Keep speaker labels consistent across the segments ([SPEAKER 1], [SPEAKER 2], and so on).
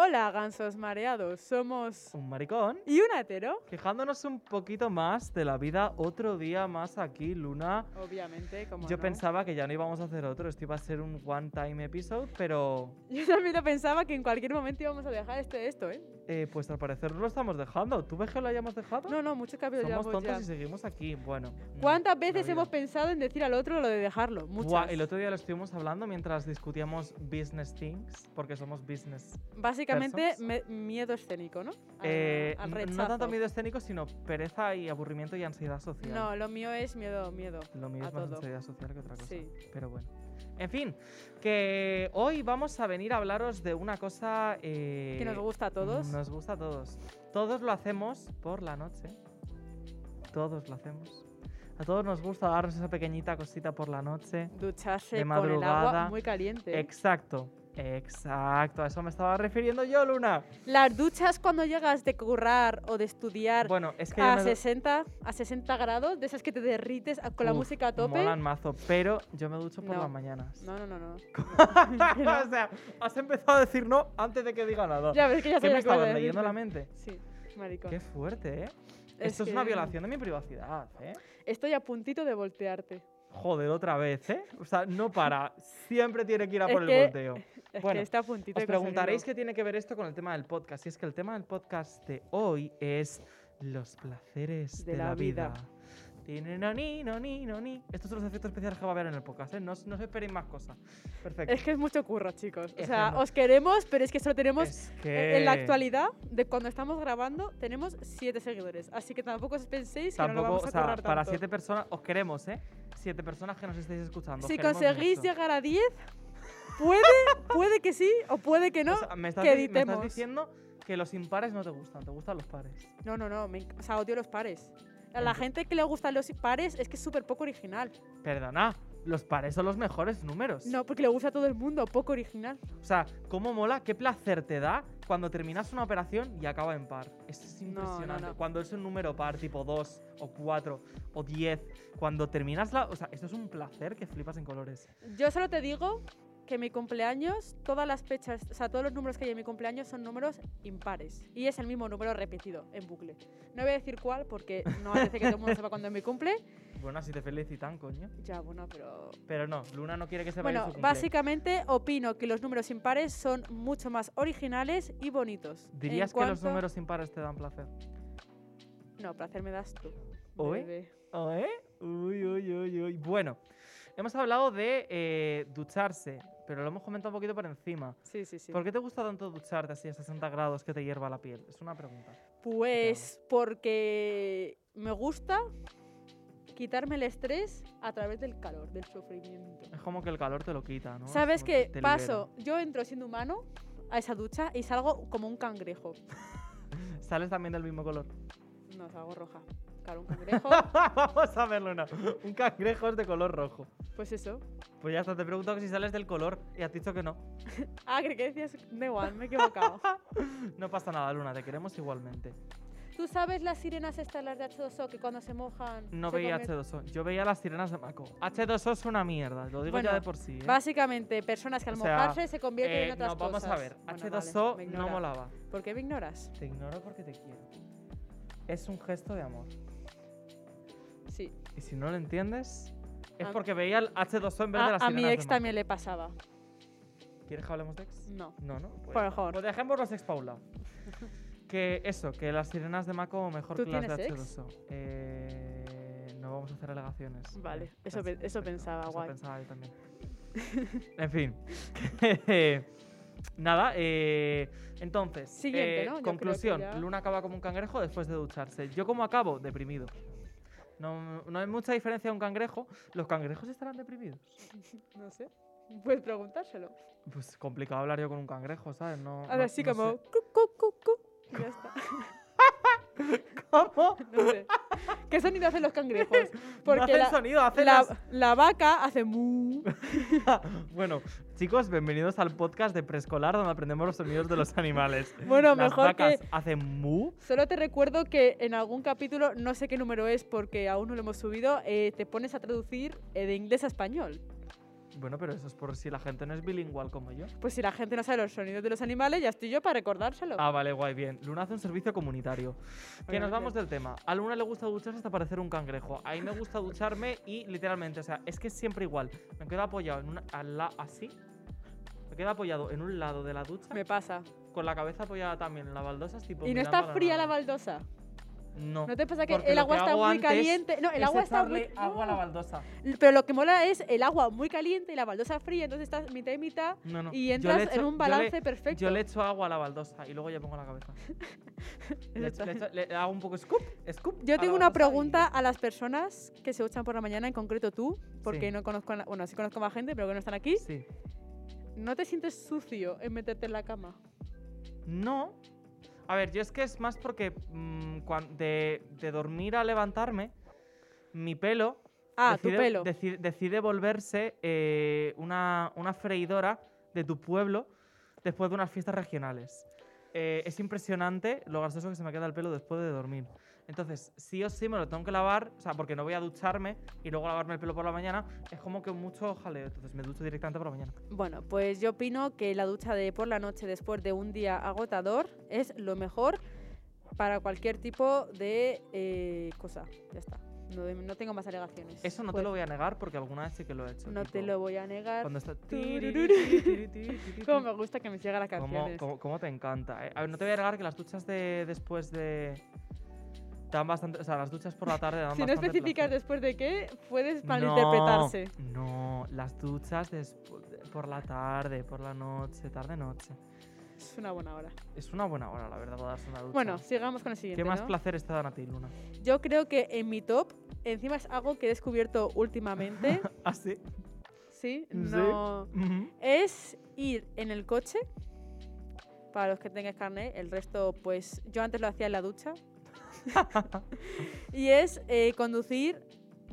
[SPEAKER 1] Hola, gansos mareados. Somos
[SPEAKER 2] Un maricón.
[SPEAKER 1] y un atero,
[SPEAKER 2] Quejándonos un poquito más de la vida otro día más aquí, Luna.
[SPEAKER 1] obviamente, como
[SPEAKER 2] Yo
[SPEAKER 1] no.
[SPEAKER 2] pensaba que ya no íbamos a hacer otro, esto iba a ser un one-time episode, pero
[SPEAKER 1] Yo también lo pensaba que en cualquier momento íbamos a dejar este esto, ¿eh?
[SPEAKER 2] eh, pues al parecer no lo estamos dejando. ¿Tú ves que lo hayamos dejado?
[SPEAKER 1] No, no, muchos capítulos
[SPEAKER 2] Somos
[SPEAKER 1] llevamos
[SPEAKER 2] tontos
[SPEAKER 1] ya.
[SPEAKER 2] y seguimos aquí. Bueno. mm,
[SPEAKER 1] ¿Cuántas
[SPEAKER 2] la
[SPEAKER 1] veces
[SPEAKER 2] vida.
[SPEAKER 1] hemos pensado en decir al otro lo de dejarlo? Muchas.
[SPEAKER 2] Buah, el otro día lo estuvimos hablando mientras discutíamos business things, porque somos business.
[SPEAKER 1] Básicamente,
[SPEAKER 2] personas.
[SPEAKER 1] me- miedo escénico, ¿no? Al-
[SPEAKER 2] Eh,
[SPEAKER 1] al
[SPEAKER 2] n- no
[SPEAKER 1] rechazo.
[SPEAKER 2] tanto miedo escénico, sino pereza y aburrimiento y ansiedad social.
[SPEAKER 1] No, lo mío es miedo, miedo.
[SPEAKER 2] Lo mío
[SPEAKER 1] a
[SPEAKER 2] es más
[SPEAKER 1] todo.
[SPEAKER 2] ansiedad social que otra cosa.
[SPEAKER 1] Sí.
[SPEAKER 2] Pero bueno. En fin, que hoy vamos a venir a hablaros de una cosa eh,
[SPEAKER 1] que nos gusta a todos.
[SPEAKER 2] Nos gusta a todos. Todos lo hacemos por la noche. Todos lo hacemos. A todos nos gusta darnos esa pequeñita cosita por la noche.
[SPEAKER 1] Ducharse
[SPEAKER 2] de
[SPEAKER 1] con el agua
[SPEAKER 2] madrugada.
[SPEAKER 1] muy caliente.
[SPEAKER 2] Exacto. Exacto. A eso me estaba refiriendo yo, Luna.
[SPEAKER 1] Las duchas cuando llegas de currar o de estudiar
[SPEAKER 2] Bueno, es que yo
[SPEAKER 1] a
[SPEAKER 2] me do-
[SPEAKER 1] 60, a 60 grados, de esas que te derrites a- con la
[SPEAKER 2] Uf,
[SPEAKER 1] música a tope.
[SPEAKER 2] Molan mazo, pero yo me ducho por
[SPEAKER 1] No.
[SPEAKER 2] las mañanas.
[SPEAKER 1] No, no, no, no.
[SPEAKER 2] o sea, has empezado a decir no antes de que diga nada.
[SPEAKER 1] Ya ves que ya
[SPEAKER 2] ¿Qué
[SPEAKER 1] sabía
[SPEAKER 2] me
[SPEAKER 1] que ibas a
[SPEAKER 2] acabas leyendo la
[SPEAKER 1] decirme.
[SPEAKER 2] mente?
[SPEAKER 1] Sí, maricón.
[SPEAKER 2] Qué fuerte, ¿eh?
[SPEAKER 1] Es
[SPEAKER 2] Esto es
[SPEAKER 1] que
[SPEAKER 2] una violación de mi privacidad, ¿eh?
[SPEAKER 1] Estoy a puntito de voltearte.
[SPEAKER 2] Joder, otra vez, ¿eh? O sea, no para. Siempre tiene que ir a
[SPEAKER 1] Es
[SPEAKER 2] por
[SPEAKER 1] que-
[SPEAKER 2] el volteo.
[SPEAKER 1] Es
[SPEAKER 2] Bueno,
[SPEAKER 1] que está a puntito
[SPEAKER 2] Os
[SPEAKER 1] de
[SPEAKER 2] preguntaréis
[SPEAKER 1] conseguirlo.
[SPEAKER 2] qué tiene que ver esto con el tema del podcast. Y es que el tema del podcast de hoy es los placeres
[SPEAKER 1] De
[SPEAKER 2] de,
[SPEAKER 1] la
[SPEAKER 2] la,
[SPEAKER 1] vida.
[SPEAKER 2] vida. Tiene no ni, no ni, no ni. Estos son los efectos especiales que va a haber en el podcast, ¿eh? No, os- no os esperéis más cosas. Perfecto.
[SPEAKER 1] Es que es mucho curro, chicos. O
[SPEAKER 2] Es
[SPEAKER 1] sea,
[SPEAKER 2] que-
[SPEAKER 1] os queremos, pero es que solo tenemos.
[SPEAKER 2] Es
[SPEAKER 1] eh, En la
[SPEAKER 2] que-
[SPEAKER 1] actualidad, de cuando estamos grabando, tenemos 7 seguidores. Así que tampoco os penséis que no lo
[SPEAKER 2] Tampoco,
[SPEAKER 1] vamos a
[SPEAKER 2] o sea,
[SPEAKER 1] currar
[SPEAKER 2] para
[SPEAKER 1] tanto.
[SPEAKER 2] siete personas, os queremos, ¿eh? Siete personas que nos estáis escuchando. os
[SPEAKER 1] si
[SPEAKER 2] queremos
[SPEAKER 1] conseguís
[SPEAKER 2] mucho.
[SPEAKER 1] llegar a 10, puede, puede que sí o puede que no.
[SPEAKER 2] O sea, me, estás
[SPEAKER 1] que
[SPEAKER 2] di- me estás
[SPEAKER 1] editemos.
[SPEAKER 2] diciendo que los impares no te gustan, te gustan los pares.
[SPEAKER 1] No, no, no. Me, enc- o sea, odio los pares. A la
[SPEAKER 2] Enti-
[SPEAKER 1] gente que le gustan los pares es que es súper poco original.
[SPEAKER 2] Perdona, los pares son los mejores números.
[SPEAKER 1] No, porque le gusta a todo el mundo, poco original.
[SPEAKER 2] O sea, cómo mola, qué placer te da cuando terminas una operación y acaba en par. Esto es
[SPEAKER 1] No, no,
[SPEAKER 2] impresionante.
[SPEAKER 1] no.
[SPEAKER 2] Cuando es un número par, tipo 2 o 4 o 10, cuando terminas la... O sea, esto es un placer que flipas en colores.
[SPEAKER 1] Yo solo te digo que mi cumpleaños, todas las fechas, o sea, todos los números que hay en mi cumpleaños son números impares. Y es el mismo número repetido en bucle. No voy a decir cuál porque no parece que todo el mundo sepa cuándo es mi cumple.
[SPEAKER 2] Bueno, así te felicitan, coño.
[SPEAKER 1] Ya, bueno, pero...
[SPEAKER 2] Pero no, Luna no quiere que se
[SPEAKER 1] Bueno,
[SPEAKER 2] vaya su cumple.
[SPEAKER 1] básicamente opino que los números impares son mucho más originales y bonitos. En
[SPEAKER 2] ¿Dirías que los
[SPEAKER 1] cuanto-
[SPEAKER 2] números impares te dan placer?
[SPEAKER 1] No, placer me das tú.
[SPEAKER 2] ¿Hoy?
[SPEAKER 1] bebé.
[SPEAKER 2] Oh, ¿eh? Uy, uy, uy, uy. Bueno, hemos hablado de eh, ducharse, pero lo hemos comentado un poquito por encima.
[SPEAKER 1] Sí, sí, sí.
[SPEAKER 2] ¿Por qué te gusta tanto ducharte así a 60 grados que te hierva la piel? Es una pregunta.
[SPEAKER 1] Pues porque me gusta quitarme el estrés a través del calor, del sufrimiento.
[SPEAKER 2] Es como que el calor te lo quita, ¿no? Es
[SPEAKER 1] ¿Sabes
[SPEAKER 2] como
[SPEAKER 1] qué?
[SPEAKER 2] te libera.
[SPEAKER 1] Paso, yo entro siendo humano a esa ducha y salgo como un cangrejo.
[SPEAKER 2] Sales también del mismo color.
[SPEAKER 1] No, salgo roja. Claro, un cangrejo.
[SPEAKER 2] Vamos a verlo una. Un cangrejo es de color rojo.
[SPEAKER 1] pues eso.
[SPEAKER 2] Pues ya está, te he preguntado que si sales del color y has dicho que no.
[SPEAKER 1] Ah, creí que decías, da igual, me he equivocado.
[SPEAKER 2] No pasa nada, Luna, te queremos igualmente.
[SPEAKER 1] ¿Tú sabes las sirenas estas, las de H2O, que cuando se mojan...
[SPEAKER 2] No
[SPEAKER 1] se
[SPEAKER 2] veía
[SPEAKER 1] convier-
[SPEAKER 2] H2O. Yo veía las sirenas de Mako. H2O es una mierda, lo digo
[SPEAKER 1] Bueno,
[SPEAKER 2] ya de por sí. ¿eh?
[SPEAKER 1] Básicamente, personas que al
[SPEAKER 2] O sea,
[SPEAKER 1] mojarse se convierten
[SPEAKER 2] Eh,
[SPEAKER 1] en otras
[SPEAKER 2] no, vamos
[SPEAKER 1] cosas.
[SPEAKER 2] a ver.
[SPEAKER 1] Bueno,
[SPEAKER 2] H2O
[SPEAKER 1] vale, me
[SPEAKER 2] no
[SPEAKER 1] ignora.
[SPEAKER 2] molaba.
[SPEAKER 1] ¿Por qué me ignoras?
[SPEAKER 2] Te ignoro porque te quiero. Es un gesto de amor.
[SPEAKER 1] Sí.
[SPEAKER 2] Y si no lo entiendes, es
[SPEAKER 1] A-
[SPEAKER 2] porque veía el H2O en vez de
[SPEAKER 1] Ah. A,
[SPEAKER 2] las
[SPEAKER 1] a mi
[SPEAKER 2] sirenas de
[SPEAKER 1] ex
[SPEAKER 2] Mako.
[SPEAKER 1] también le pasaba.
[SPEAKER 2] ¿Quieres que hablemos de ex?
[SPEAKER 1] No.
[SPEAKER 2] No, no.
[SPEAKER 1] Por favor.
[SPEAKER 2] Pues dejemos los ex Paula. que eso, que las sirenas de Mako mejor
[SPEAKER 1] ¿Tú
[SPEAKER 2] que las de
[SPEAKER 1] tienes ex?
[SPEAKER 2] H2O. Eh, no vamos a hacer alegaciones.
[SPEAKER 1] Vale,
[SPEAKER 2] Eh,
[SPEAKER 1] eso pe-
[SPEAKER 2] gracias,
[SPEAKER 1] eso
[SPEAKER 2] perfecto.
[SPEAKER 1] pensaba,
[SPEAKER 2] Eso
[SPEAKER 1] guay.
[SPEAKER 2] pensaba yo también. en fin. que, Nada, eh, entonces,
[SPEAKER 1] Siguiente, ¿no?
[SPEAKER 2] eh,
[SPEAKER 1] Yo creo que
[SPEAKER 2] conclusión,
[SPEAKER 1] ya-
[SPEAKER 2] Luna acaba como un cangrejo después de ducharse. ¿Yo cómo acabo? Deprimido. No, no hay mucha diferencia a un cangrejo. ¿Los cangrejos estarán deprimidos?
[SPEAKER 1] No sé. Puedes preguntárselo.
[SPEAKER 2] Pues complicado hablar yo con un cangrejo, ¿sabes? No, no-
[SPEAKER 1] Ahora sí
[SPEAKER 2] no
[SPEAKER 1] como...
[SPEAKER 2] sé.
[SPEAKER 1] cu, cu, cu, cu, y ya está.
[SPEAKER 2] ¿Cómo?
[SPEAKER 1] No sé. ¿Qué sonido hacen los cangrejos? Porque
[SPEAKER 2] no hacen
[SPEAKER 1] la,
[SPEAKER 2] sonido, hacen
[SPEAKER 1] la-
[SPEAKER 2] las-
[SPEAKER 1] la vaca hace mu.
[SPEAKER 2] Bueno, chicos, bienvenidos al podcast de preescolar donde aprendemos los sonidos de los animales.
[SPEAKER 1] Bueno,
[SPEAKER 2] Las
[SPEAKER 1] mejor que-
[SPEAKER 2] vacas hacen mu.
[SPEAKER 1] Solo te recuerdo que en algún capítulo, no sé qué número es porque aún no lo hemos subido, eh, te pones a traducir eh, de inglés a español.
[SPEAKER 2] Bueno, pero eso es por si la gente no es bilingüal como yo.
[SPEAKER 1] Pues si la gente no sabe los sonidos de los animales, ya estoy yo para recordárselo.
[SPEAKER 2] Ah, vale, guay, bien. Luna hace un servicio comunitario. Que nos
[SPEAKER 1] Obviamente.
[SPEAKER 2] vamos del tema. A Luna le gusta ducharse hasta parecer un cangrejo. A mí me gusta ducharme y literalmente, o sea, es que es siempre igual. Me quedo apoyado en una, al la- así. Me quedo apoyado en un lado de la ducha,
[SPEAKER 1] Me pasa.
[SPEAKER 2] con la cabeza apoyada también en la baldosa. es tipo
[SPEAKER 1] ¿Y no
[SPEAKER 2] mirando a
[SPEAKER 1] está fría
[SPEAKER 2] nada.
[SPEAKER 1] la baldosa?
[SPEAKER 2] No.
[SPEAKER 1] ¿No te pasa que
[SPEAKER 2] porque
[SPEAKER 1] el
[SPEAKER 2] lo
[SPEAKER 1] agua
[SPEAKER 2] que
[SPEAKER 1] está
[SPEAKER 2] hago
[SPEAKER 1] muy
[SPEAKER 2] antes
[SPEAKER 1] caliente? No, el
[SPEAKER 2] es
[SPEAKER 1] agua está muy...
[SPEAKER 2] echarle agua a la
[SPEAKER 1] no.
[SPEAKER 2] baldosa.
[SPEAKER 1] Pero lo que mola es el agua muy caliente y la baldosa fría, entonces estás mitad y mitad
[SPEAKER 2] No, no.
[SPEAKER 1] y
[SPEAKER 2] Yo le
[SPEAKER 1] entras
[SPEAKER 2] echo-
[SPEAKER 1] en
[SPEAKER 2] yo le-
[SPEAKER 1] un balance perfecto.
[SPEAKER 2] Yo le echo agua a la baldosa y luego ya pongo la cabeza. le, echo- le echo- le hago un poco scoop, scoop. a
[SPEAKER 1] Yo
[SPEAKER 2] la
[SPEAKER 1] tengo una
[SPEAKER 2] baldosa y-
[SPEAKER 1] pregunta a las personas que se duchan por la mañana, en concreto tú, porque
[SPEAKER 2] Sí.
[SPEAKER 1] no conozco, a na- bueno, sí conozco más gente, pero que no están aquí.
[SPEAKER 2] Sí.
[SPEAKER 1] ¿No te sientes sucio en meterte en la cama?
[SPEAKER 2] No. A ver, yo es que es más porque mm, cuan- de, de dormir a levantarme, mi pelo
[SPEAKER 1] Ah,
[SPEAKER 2] decide,
[SPEAKER 1] tu pelo.
[SPEAKER 2] deci- decide volverse eh, una, una freidora de tu pueblo después de unas fiestas regionales. Eh, es impresionante lo grasoso que se me queda el pelo después de dormir. Entonces, sí o sí me lo tengo que lavar, o sea, porque no voy a ducharme y luego lavarme el pelo por la mañana, es como que mucho jaleo. Entonces, me ducho directamente por la mañana.
[SPEAKER 1] Bueno, pues yo opino que la ducha de por la noche después de un día agotador es lo mejor para cualquier tipo de eh, cosa. Ya está. No, no tengo más alegaciones.
[SPEAKER 2] Eso no te
[SPEAKER 1] Pues,
[SPEAKER 2] lo voy a negar porque alguna vez sí que lo he hecho.
[SPEAKER 1] No te
[SPEAKER 2] tipo-
[SPEAKER 1] lo voy a negar.
[SPEAKER 2] Cuando está.
[SPEAKER 1] Turururu. Cómo me gusta que me siga las
[SPEAKER 2] ¿Cómo,
[SPEAKER 1] canciones.
[SPEAKER 2] cómo- cómo te encanta? eh? A ver, no te voy a negar que las duchas de después de. Dan bastante. O sea, las duchas por la tarde dan
[SPEAKER 1] Si no
[SPEAKER 2] bastante.
[SPEAKER 1] especificas
[SPEAKER 2] placer.
[SPEAKER 1] después de qué, puedes
[SPEAKER 2] No,
[SPEAKER 1] malinterpretarse.
[SPEAKER 2] No, las duchas despu- por la tarde, por la noche, tarde-noche.
[SPEAKER 1] Es una buena hora.
[SPEAKER 2] Es una buena hora, la verdad, darse una ducha.
[SPEAKER 1] Bueno, sigamos con el siguiente.
[SPEAKER 2] ¿Qué más
[SPEAKER 1] ¿no?
[SPEAKER 2] placeres te dan a ti, Luna?
[SPEAKER 1] Yo creo que en mi top, encima es algo que he descubierto últimamente.
[SPEAKER 2] ¿Ah, sí?
[SPEAKER 1] sí,
[SPEAKER 2] Sí.
[SPEAKER 1] no.
[SPEAKER 2] Ujú.
[SPEAKER 1] es ir en el coche para los que tengáis carnet, el resto pues yo antes lo hacía en la ducha y es eh, conducir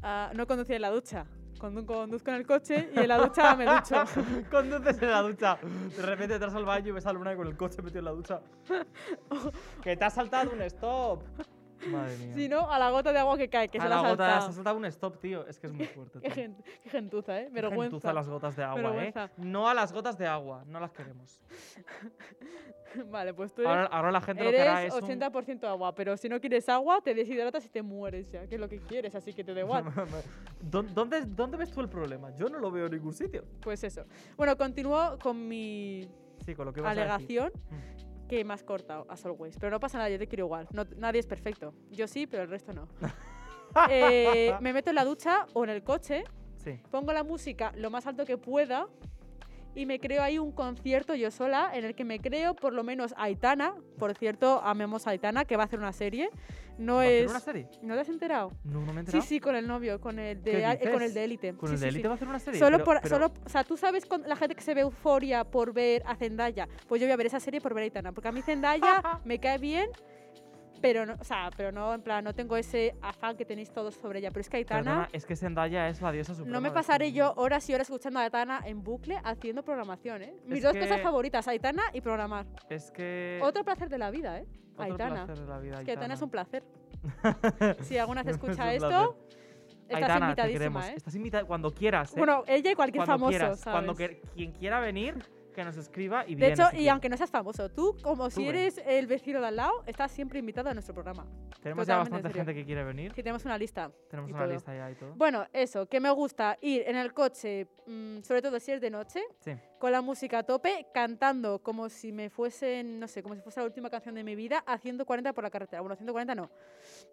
[SPEAKER 1] a- no conducir en la ducha Condu- conduzco en el coche y en la ducha me ducho
[SPEAKER 2] Conduces en la ducha. De repente te vas al baño y ves a Luna con el coche metido en la ducha. que te has saltado un stop. Madre mía.
[SPEAKER 1] si no a la gota de agua que cae que
[SPEAKER 2] a
[SPEAKER 1] se la
[SPEAKER 2] la gota se ha
[SPEAKER 1] salta
[SPEAKER 2] saltado un stop, tío. Es que es muy fuerte.
[SPEAKER 1] qué,
[SPEAKER 2] tío.
[SPEAKER 1] gen- qué gentuza eh
[SPEAKER 2] Qué gentuza
[SPEAKER 1] vergüenza
[SPEAKER 2] las gotas de agua,
[SPEAKER 1] Vergüenza.
[SPEAKER 2] ¿eh? No a las gotas de agua, no las queremos.
[SPEAKER 1] vale pues tú
[SPEAKER 2] Ahora,
[SPEAKER 1] eres,
[SPEAKER 2] ahora la gente lo que hará
[SPEAKER 1] eres
[SPEAKER 2] es un-
[SPEAKER 1] 80% agua pero si no quieres agua te deshidratas y te mueres ya que es lo que quieres así que te da igual
[SPEAKER 2] ¿Dó- ¿Dónde, ¿Dónde ves tú el problema? Yo no lo veo en ningún sitio.
[SPEAKER 1] pues eso bueno continúo con mi
[SPEAKER 2] Sí, con lo que vas Mm.
[SPEAKER 1] alegación que más corta a Solways. Pero no pasa nada, yo te quiero igual. No- nadie es perfecto. Yo sí, pero el resto no. Eh, me meto en la ducha o en el coche,
[SPEAKER 2] a decir. Sí.
[SPEAKER 1] pongo la música lo más alto que pueda y me creo ahí un concierto yo sola en el que me creo por lo menos Aitana. Por cierto, amemos a Aitana, que va a hacer una serie. No
[SPEAKER 2] ¿Va a hacer
[SPEAKER 1] es...
[SPEAKER 2] una serie?
[SPEAKER 1] ¿No te has enterado?
[SPEAKER 2] No, no me he
[SPEAKER 1] Sí,
[SPEAKER 2] enterado.
[SPEAKER 1] sí, con el novio, con el de,
[SPEAKER 2] ¿Qué
[SPEAKER 1] eh, con
[SPEAKER 2] dices?
[SPEAKER 1] el de élite.
[SPEAKER 2] ¿Con
[SPEAKER 1] Sí,
[SPEAKER 2] el
[SPEAKER 1] sí,
[SPEAKER 2] de
[SPEAKER 1] sí.
[SPEAKER 2] Elite va a hacer una serie?
[SPEAKER 1] Solo
[SPEAKER 2] Pero-
[SPEAKER 1] por,
[SPEAKER 2] pero-
[SPEAKER 1] solo, o sea, tú sabes con la gente que se ve euforia por ver a Zendaya. Pues yo voy a ver esa serie por ver a Aitana, porque a mí Zendaya me cae bien, pero no, o sea, pero no en plan no tengo ese afán que tenéis todos sobre ella, pero es que
[SPEAKER 2] Perdona,
[SPEAKER 1] Aitana
[SPEAKER 2] es que Zendaya es la diosa suprema.
[SPEAKER 1] no me
[SPEAKER 2] del
[SPEAKER 1] pasaré
[SPEAKER 2] feminismo.
[SPEAKER 1] yo horas y horas escuchando a Aitana en bucle haciendo programación, ¿eh? Mis
[SPEAKER 2] Es
[SPEAKER 1] dos
[SPEAKER 2] que-
[SPEAKER 1] cosas favoritas, Aitana y programar.
[SPEAKER 2] Es que.
[SPEAKER 1] Otro placer de la vida, ¿eh?
[SPEAKER 2] otro
[SPEAKER 1] Aitana.
[SPEAKER 2] placer de la vida,
[SPEAKER 1] Es que Aitana es un placer. si alguna vez
[SPEAKER 2] Es un
[SPEAKER 1] escucha esto, estás
[SPEAKER 2] Aitana, te queremos.
[SPEAKER 1] invitadísima, ¿eh?
[SPEAKER 2] Estás invitada cuando quieras. ¿eh?
[SPEAKER 1] Bueno, ella y cualquier
[SPEAKER 2] cuando
[SPEAKER 1] famoso,
[SPEAKER 2] quieras.
[SPEAKER 1] ¿sabes?
[SPEAKER 2] Cuando que- quien quiera venir, que nos escriba y
[SPEAKER 1] De
[SPEAKER 2] viene,
[SPEAKER 1] hecho,
[SPEAKER 2] si
[SPEAKER 1] y
[SPEAKER 2] quiere.
[SPEAKER 1] aunque no seas famoso, tú, como si
[SPEAKER 2] ven.
[SPEAKER 1] eres el vecino de al lado, estás siempre invitado a nuestro programa.
[SPEAKER 2] Tenemos
[SPEAKER 1] totalmente
[SPEAKER 2] ya
[SPEAKER 1] en
[SPEAKER 2] bastante
[SPEAKER 1] serio.
[SPEAKER 2] gente que quiere venir.
[SPEAKER 1] Que tenemos una lista.
[SPEAKER 2] Tenemos
[SPEAKER 1] y
[SPEAKER 2] una
[SPEAKER 1] todo.
[SPEAKER 2] lista ya y todo.
[SPEAKER 1] Bueno, eso, que me gusta ir en el coche, mm, sobre todo si es de noche,
[SPEAKER 2] Sí.
[SPEAKER 1] con la música a tope, cantando como si me fuesen, no sé, como si fuese la última canción de mi vida, a 140 por la carretera. Bueno, 140 no.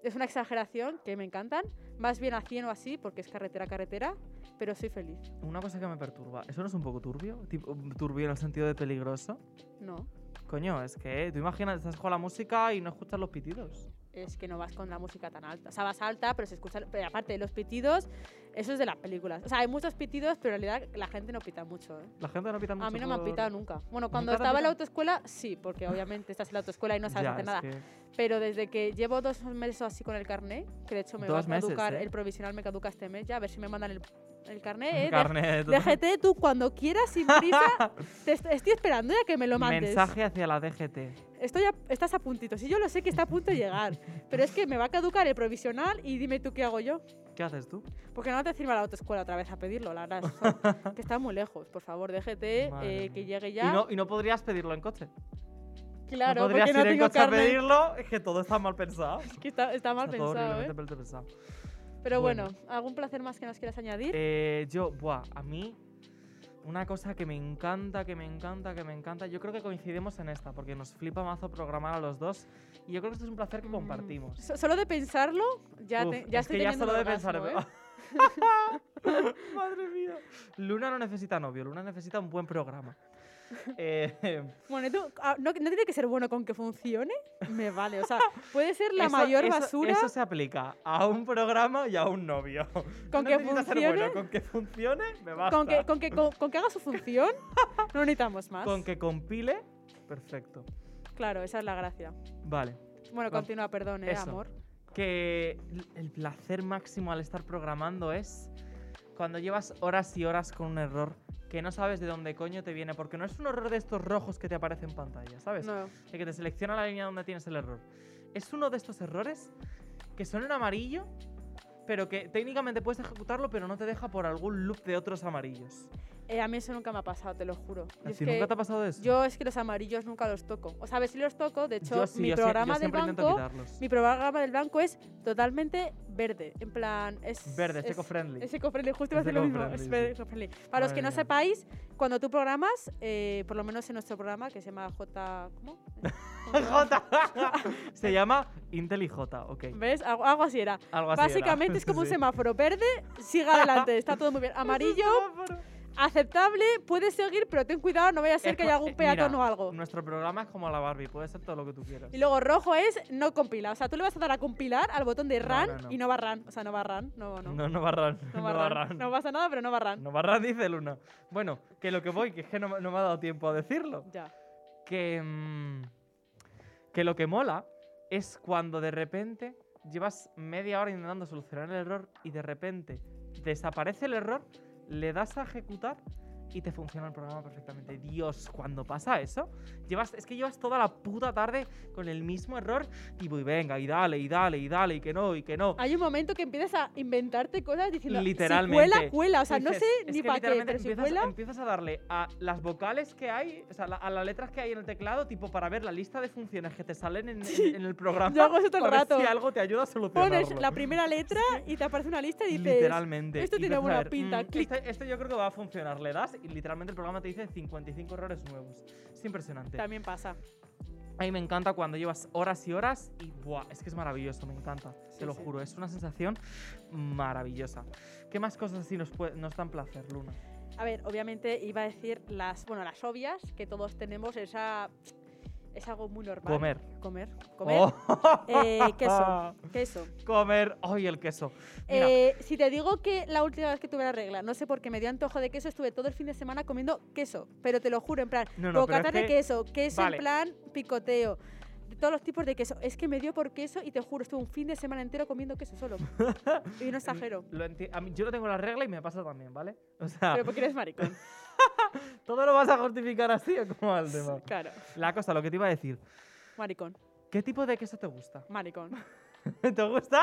[SPEAKER 1] Es una exageración que me encantan. Más bien a 100 o así, porque es carretera, carretera, pero soy feliz.
[SPEAKER 2] Una cosa que me perturba. ¿Eso no es un poco turbio? Tipo, turbio en el sentido de peligroso.
[SPEAKER 1] No,
[SPEAKER 2] Coño, es que tú imaginas, estás con la música y no escuchas los pitidos.
[SPEAKER 1] es que no vas con la música tan alta. O sea, vas alta, pero se escucha. Pero aparte, los pitidos, eso es de las películas. O sea, hay muchos pitidos, pero en realidad la gente no pita mucho. ¿eh?
[SPEAKER 2] La gente no pita mucho.
[SPEAKER 1] A mí no me han
[SPEAKER 2] por-
[SPEAKER 1] pitado nunca. Bueno, cuando
[SPEAKER 2] ¿Nunca te han
[SPEAKER 1] estaba en la
[SPEAKER 2] pitado?
[SPEAKER 1] autoescuela, sí, porque obviamente estás en la autoescuela y no sabes
[SPEAKER 2] Ya,
[SPEAKER 1] hacer
[SPEAKER 2] es
[SPEAKER 1] nada. Eh,
[SPEAKER 2] que-
[SPEAKER 1] Pero desde que llevo dos meses o así con el carné, que de hecho me va a
[SPEAKER 2] Dos meses,
[SPEAKER 1] caducar,
[SPEAKER 2] ¿eh?
[SPEAKER 1] el provisional me caduca este mes ya, a ver si me mandan el, el carnet. ¿eh? Dej-
[SPEAKER 2] Carnet, todo.
[SPEAKER 1] DGT, tú cuando quieras, sin prisa, te est- estoy esperando ya que me lo mandes.
[SPEAKER 2] Mensaje hacia la DGT.
[SPEAKER 1] Estoy a- estás a puntito. Si yo lo sé que está a punto de llegar, pero es que me va a caducar el provisional y dime tú qué hago yo.
[SPEAKER 2] ¿Qué haces tú?
[SPEAKER 1] Porque no te sirva la autoescuela otra vez a pedirlo, la verdad. o sea, que está muy lejos. Por favor, DGT,
[SPEAKER 2] Madre
[SPEAKER 1] eh, que
[SPEAKER 2] mía.
[SPEAKER 1] llegue
[SPEAKER 2] Y
[SPEAKER 1] ya.
[SPEAKER 2] no, y no podrías pedirlo en coche.
[SPEAKER 1] claro,
[SPEAKER 2] no podrías
[SPEAKER 1] porque no
[SPEAKER 2] ir en
[SPEAKER 1] tengo
[SPEAKER 2] coche
[SPEAKER 1] carnet.
[SPEAKER 2] a pedirlo. Es que todo está mal pensado.
[SPEAKER 1] Que está, está mal
[SPEAKER 2] Está todo
[SPEAKER 1] pensado, ¿eh?
[SPEAKER 2] horriblemente mal pensado.
[SPEAKER 1] Pero
[SPEAKER 2] Bueno.
[SPEAKER 1] bueno. ¿algún placer más que nos quieras añadir?
[SPEAKER 2] Eh, yo, buah, a mí, una cosa que me encanta, que me encanta, que me encanta. Yo creo que coincidimos en esta, porque nos flipa mazo programar a los dos. Y yo creo que esto es un placer que
[SPEAKER 1] Mm.
[SPEAKER 2] compartimos.
[SPEAKER 1] So- solo de pensarlo, ya, te-
[SPEAKER 2] Uf,
[SPEAKER 1] ya
[SPEAKER 2] es
[SPEAKER 1] estoy
[SPEAKER 2] que ya
[SPEAKER 1] teniendo
[SPEAKER 2] solo de
[SPEAKER 1] un
[SPEAKER 2] pensar.
[SPEAKER 1] orgasmo, ¿eh?
[SPEAKER 2] Madre mía. Luna no necesita novio, Luna necesita un buen programa. Eh,
[SPEAKER 1] Bueno, tú, ah, no, no tiene que ser bueno con que funcione, me vale. O sea, puede ser la
[SPEAKER 2] eso-
[SPEAKER 1] mayor
[SPEAKER 2] eso-
[SPEAKER 1] basura
[SPEAKER 2] Eso se aplica a un programa y a un novio.
[SPEAKER 1] Con
[SPEAKER 2] No
[SPEAKER 1] que
[SPEAKER 2] necesita ser
[SPEAKER 1] funcione.
[SPEAKER 2] bueno, con que funcione, me basta.
[SPEAKER 1] con, que, con, que, con, con que haga su función. No necesitamos más.
[SPEAKER 2] Con que compile, perfecto.
[SPEAKER 1] Claro, esa es la gracia.
[SPEAKER 2] Vale.
[SPEAKER 1] Bueno,
[SPEAKER 2] Va-
[SPEAKER 1] continúa, perdón, eh,
[SPEAKER 2] eso.
[SPEAKER 1] amor.
[SPEAKER 2] que l- el placer máximo al estar programando es cuando llevas horas y horas con un error que no sabes de dónde coño te viene, porque no es un error de estos rojos que te aparece en pantalla, ¿sabes?
[SPEAKER 1] No.
[SPEAKER 2] De que te selecciona la línea donde tienes el error. Es uno de estos errores que son en amarillo, pero que técnicamente puedes ejecutarlo, pero no te deja por algún loop de otros amarillos.
[SPEAKER 1] Eh, a mí eso nunca me ha pasado, te lo juro. Yo es
[SPEAKER 2] ¿A ti
[SPEAKER 1] que-
[SPEAKER 2] Ah, ¿Nunca te ha pasado eso?
[SPEAKER 1] Yo es que los amarillos nunca los toco. O sea, a ver si los toco. De hecho,
[SPEAKER 2] Yo sí,
[SPEAKER 1] mi
[SPEAKER 2] yo sí- yo
[SPEAKER 1] programa del
[SPEAKER 2] siempre intento
[SPEAKER 1] banco.
[SPEAKER 2] quitarlos.
[SPEAKER 1] Mi programa del banco es totalmente verde. En plan, es.
[SPEAKER 2] Verde, es
[SPEAKER 1] es,
[SPEAKER 2] eco-friendly.
[SPEAKER 1] es eco-friendly, justo iba a
[SPEAKER 2] Es
[SPEAKER 1] decir lo mismo.
[SPEAKER 2] eco-friendly,
[SPEAKER 1] es
[SPEAKER 2] sí.
[SPEAKER 1] eco-friendly. Para los
[SPEAKER 2] Madre
[SPEAKER 1] que no
[SPEAKER 2] mía.
[SPEAKER 1] sepáis, cuando tú programas, eh, por lo menos en nuestro programa, que se llama J. ¿Cómo?
[SPEAKER 2] J. Se llama IntelliJ, ok.
[SPEAKER 1] ¿Ves? Algo, algo así era.
[SPEAKER 2] Algo así. era.
[SPEAKER 1] Básicamente es como un
[SPEAKER 2] Sí.
[SPEAKER 1] semáforo verde, sigue adelante, está todo muy bien. Amarillo, aceptable, puedes seguir, pero ten cuidado, no vaya a ser
[SPEAKER 2] Es
[SPEAKER 1] que
[SPEAKER 2] co-
[SPEAKER 1] haya algún
[SPEAKER 2] eh,
[SPEAKER 1] peatón
[SPEAKER 2] mira,
[SPEAKER 1] o algo.
[SPEAKER 2] Nuestro programa es como la Barbie, puede ser todo lo que tú quieras.
[SPEAKER 1] Y luego rojo es no compila. O sea, tú le vas a dar a compilar al botón de
[SPEAKER 2] No,
[SPEAKER 1] run
[SPEAKER 2] no, no.
[SPEAKER 1] y no va run. O sea, no va run. No, no.
[SPEAKER 2] no, no, barran. No
[SPEAKER 1] va run.
[SPEAKER 2] barran.
[SPEAKER 1] No pasa nada, pero no va run.
[SPEAKER 2] No barran, dice Luna. Bueno, que lo que voy, que es que no, me- no me ha dado tiempo a decirlo.
[SPEAKER 1] Ya.
[SPEAKER 2] Que. mm, que lo que mola es cuando de repente llevas media hora intentando solucionar el error y de repente desaparece el error, le das a ejecutar y te funciona el programa perfectamente. Dios, cuando pasa eso, llevas, es que llevas toda la puta tarde con el mismo error, tipo, y venga, y dale, y dale, y dale, y que no, y que no.
[SPEAKER 1] Hay un momento que empiezas a inventarte cosas diciendo.
[SPEAKER 2] Literalmente.
[SPEAKER 1] Si cuela, cuela. O sea, no sé
[SPEAKER 2] Dices, es
[SPEAKER 1] ni
[SPEAKER 2] que
[SPEAKER 1] para qué,
[SPEAKER 2] literalmente
[SPEAKER 1] pero si
[SPEAKER 2] empiezas,
[SPEAKER 1] cuela.
[SPEAKER 2] empiezas a darle a las vocales que hay, o sea, la- a las letras que hay en el teclado, tipo para ver la lista de funciones que te salen en, en- en el programa.
[SPEAKER 1] Yo hago eso todo el
[SPEAKER 2] para ver
[SPEAKER 1] rato.
[SPEAKER 2] si algo te ayuda a solucionarlo.
[SPEAKER 1] Pones la primera letra y te aparece una lista y dices.
[SPEAKER 2] Literalmente.
[SPEAKER 1] "Esto
[SPEAKER 2] Y
[SPEAKER 1] tiene
[SPEAKER 2] empiezas a
[SPEAKER 1] buena
[SPEAKER 2] ver,
[SPEAKER 1] pinta,
[SPEAKER 2] "Mm,
[SPEAKER 1] clic".
[SPEAKER 2] Este, este yo creo que va a funcionar. Le das y literalmente el programa te dice 55 errores nuevos. Es impresionante.
[SPEAKER 1] También pasa.
[SPEAKER 2] A mí me encanta cuando llevas horas y horas y buah, es que es maravilloso, me encanta, te
[SPEAKER 1] Sí,
[SPEAKER 2] lo
[SPEAKER 1] sí.
[SPEAKER 2] juro, es una sensación maravillosa. ¿Qué más cosas así nos, pue- nos dan placer, Luna?
[SPEAKER 1] A ver, obviamente iba a decir las, bueno, las obvias que todos tenemos, esa es algo muy normal.
[SPEAKER 2] Comer.
[SPEAKER 1] Comer. Comer.
[SPEAKER 2] Oh.
[SPEAKER 1] Eh, queso. Queso.
[SPEAKER 2] Ah, Comer, ay, el queso. Mira,
[SPEAKER 1] Eh, si te digo que la última vez que tuve la regla, no sé por qué me dio antojo de queso, estuve todo el fin de semana comiendo queso, pero te lo juro, en plan,
[SPEAKER 2] No, no, pero
[SPEAKER 1] bocata
[SPEAKER 2] es
[SPEAKER 1] de
[SPEAKER 2] que-
[SPEAKER 1] queso, queso
[SPEAKER 2] vale.
[SPEAKER 1] en plan picoteo, de todos los tipos de queso. Es que me dio por queso y te juro, estuve un fin de semana entero comiendo queso solo. y no exagero,
[SPEAKER 2] lo enti- a mí- yo no tengo la regla y me pasa también, ¿vale? O sea,
[SPEAKER 1] pero porque eres maricón,
[SPEAKER 2] todo lo vas a justificar así o como al tema.
[SPEAKER 1] claro,
[SPEAKER 2] La cosa, lo que te iba a decir,
[SPEAKER 1] maricón,
[SPEAKER 2] ¿qué tipo de queso te gusta?
[SPEAKER 1] maricón.
[SPEAKER 2] ¿Te gusta?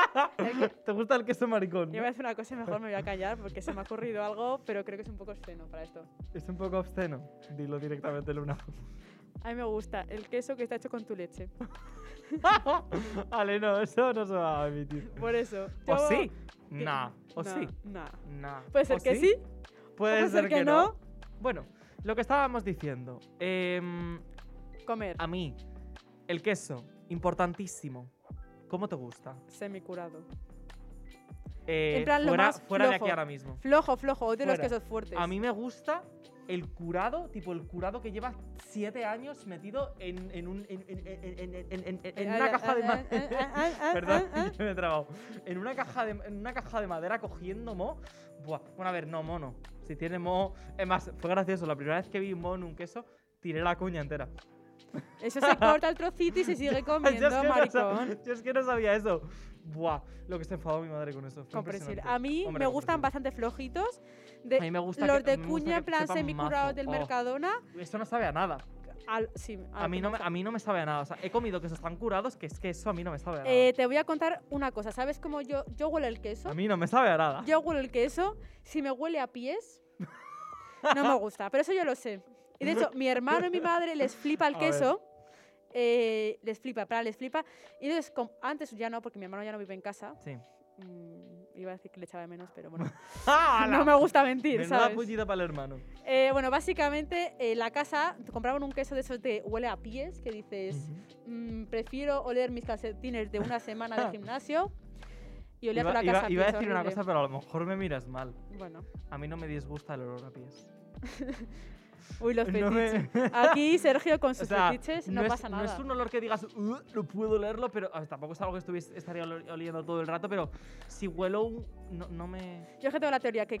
[SPEAKER 2] ¿Te gusta el queso maricón?
[SPEAKER 1] Yo voy a decir una cosa y mejor me voy a callar porque se me ha ocurrido algo, pero creo que es un poco obsceno para esto.
[SPEAKER 2] Es un poco obsceno. Dilo directamente, Luna.
[SPEAKER 1] A mí me gusta el queso que está hecho con tu leche.
[SPEAKER 2] vale, no, eso no se va a emitir.
[SPEAKER 1] Por eso.
[SPEAKER 2] ¿O
[SPEAKER 1] yo-
[SPEAKER 2] sí?
[SPEAKER 1] que-
[SPEAKER 2] Nah. ¿O
[SPEAKER 1] no,
[SPEAKER 2] sí?
[SPEAKER 1] no.
[SPEAKER 2] Nah.
[SPEAKER 1] Puede ser
[SPEAKER 2] ¿O
[SPEAKER 1] que sí
[SPEAKER 2] Puede, ser, que, no.
[SPEAKER 1] no.
[SPEAKER 2] Bueno, lo que estábamos diciendo. em,
[SPEAKER 1] Comer
[SPEAKER 2] a mí, el queso, importantísimo. ¿Cómo te gusta?
[SPEAKER 1] semicurado.
[SPEAKER 2] Eh,
[SPEAKER 1] En plan, lo
[SPEAKER 2] fuera,
[SPEAKER 1] más
[SPEAKER 2] fuera de
[SPEAKER 1] flojo.
[SPEAKER 2] aquí ahora mismo.
[SPEAKER 1] Flojo, flojo, odio los
[SPEAKER 2] Fuera.
[SPEAKER 1] quesos fuertes.
[SPEAKER 2] A mí me gusta el curado, tipo el curado que lleva siete años metido en, en un- en- en- en- en- en- en- en
[SPEAKER 1] Ah,
[SPEAKER 2] una
[SPEAKER 1] ah,
[SPEAKER 2] caja de
[SPEAKER 1] ah,
[SPEAKER 2] ma-
[SPEAKER 1] ah, ah, ah, ah,
[SPEAKER 2] Perdón,
[SPEAKER 1] ah, ah.
[SPEAKER 2] que me he trabado. En una caja de, en una caja de madera cogiendo mo. Buah, Bueno, a ver, no, mono. Si tiene mo. Es más, fue gracioso. La primera vez que vi mo en un queso, tiré la cuña entera.
[SPEAKER 1] Eso se corta el trocito y se sigue
[SPEAKER 2] yo, es
[SPEAKER 1] comiendo,
[SPEAKER 2] que no sab-
[SPEAKER 1] maricón.
[SPEAKER 2] yo es que no sabía eso. Buah, lo que se enfadó mi madre con eso. fue
[SPEAKER 1] Comprensible.
[SPEAKER 2] impresionante.
[SPEAKER 1] A mí
[SPEAKER 2] Hombre,
[SPEAKER 1] me gustan
[SPEAKER 2] comprensible.
[SPEAKER 1] bastante flojitos. De,
[SPEAKER 2] A mí me gusta
[SPEAKER 1] los
[SPEAKER 2] que-
[SPEAKER 1] de
[SPEAKER 2] me gusta
[SPEAKER 1] cuña,
[SPEAKER 2] que
[SPEAKER 1] en plan
[SPEAKER 2] sepan
[SPEAKER 1] semicurrados
[SPEAKER 2] mazo.
[SPEAKER 1] del Ah,
[SPEAKER 2] Oh,
[SPEAKER 1] Mercadona.
[SPEAKER 2] Esto no sabe a nada.
[SPEAKER 1] al- sí,
[SPEAKER 2] A
[SPEAKER 1] al
[SPEAKER 2] mí,
[SPEAKER 1] que
[SPEAKER 2] no
[SPEAKER 1] me
[SPEAKER 2] me, a mí no me sabe a nada. O sea, he comido quesos tan curados que es que eso a mí no me sabe a nada.
[SPEAKER 1] Eh, te voy a contar una cosa. ¿Sabes cómo yo, yo huelo el queso?
[SPEAKER 2] a mí no me sabe a nada.
[SPEAKER 1] Yo huelo el queso. Si me huele a pies, no me gusta. Pero eso yo lo sé. Y de hecho, mi hermano y mi madre les flipa el
[SPEAKER 2] A ver.
[SPEAKER 1] queso. eh, les flipa, para les flipa. Y entonces, com- antes ya no, porque mi hermano ya no vive en casa.
[SPEAKER 2] Sí.
[SPEAKER 1] Mm, iba a decir que le echaba de menos, pero bueno.
[SPEAKER 2] ¡Hala!
[SPEAKER 1] no me gusta mentir,
[SPEAKER 2] ¡Ah, Menuda
[SPEAKER 1] ¿sabes?
[SPEAKER 2] pullida para el hermano.
[SPEAKER 1] Eh, bueno, básicamente, eh, la casa, te compraban un queso de esos de huele a pies, que dices, "Mm, prefiero oler mis calcetines de una semana de gimnasio y oler
[SPEAKER 2] Iba,
[SPEAKER 1] toda la
[SPEAKER 2] iba-
[SPEAKER 1] casa. a
[SPEAKER 2] iba a
[SPEAKER 1] pies,
[SPEAKER 2] decir una
[SPEAKER 1] horrible".
[SPEAKER 2] cosa, pero a lo mejor me miras mal.
[SPEAKER 1] Bueno,
[SPEAKER 2] A mí no me disgusta el olor a pies.
[SPEAKER 1] uy, los
[SPEAKER 2] No me-
[SPEAKER 1] fetiches. Aquí Sergio con
[SPEAKER 2] O
[SPEAKER 1] sus
[SPEAKER 2] sea,
[SPEAKER 1] fetiches no,
[SPEAKER 2] es,
[SPEAKER 1] pasa nada.
[SPEAKER 2] No es un olor que digas, "Uh, no puedo olerlo, pero a ver, tampoco es algo que estuviese, estaría olor- oliendo todo el rato, pero si huelo un... No, no me...
[SPEAKER 1] Yo es que tengo la teoría que,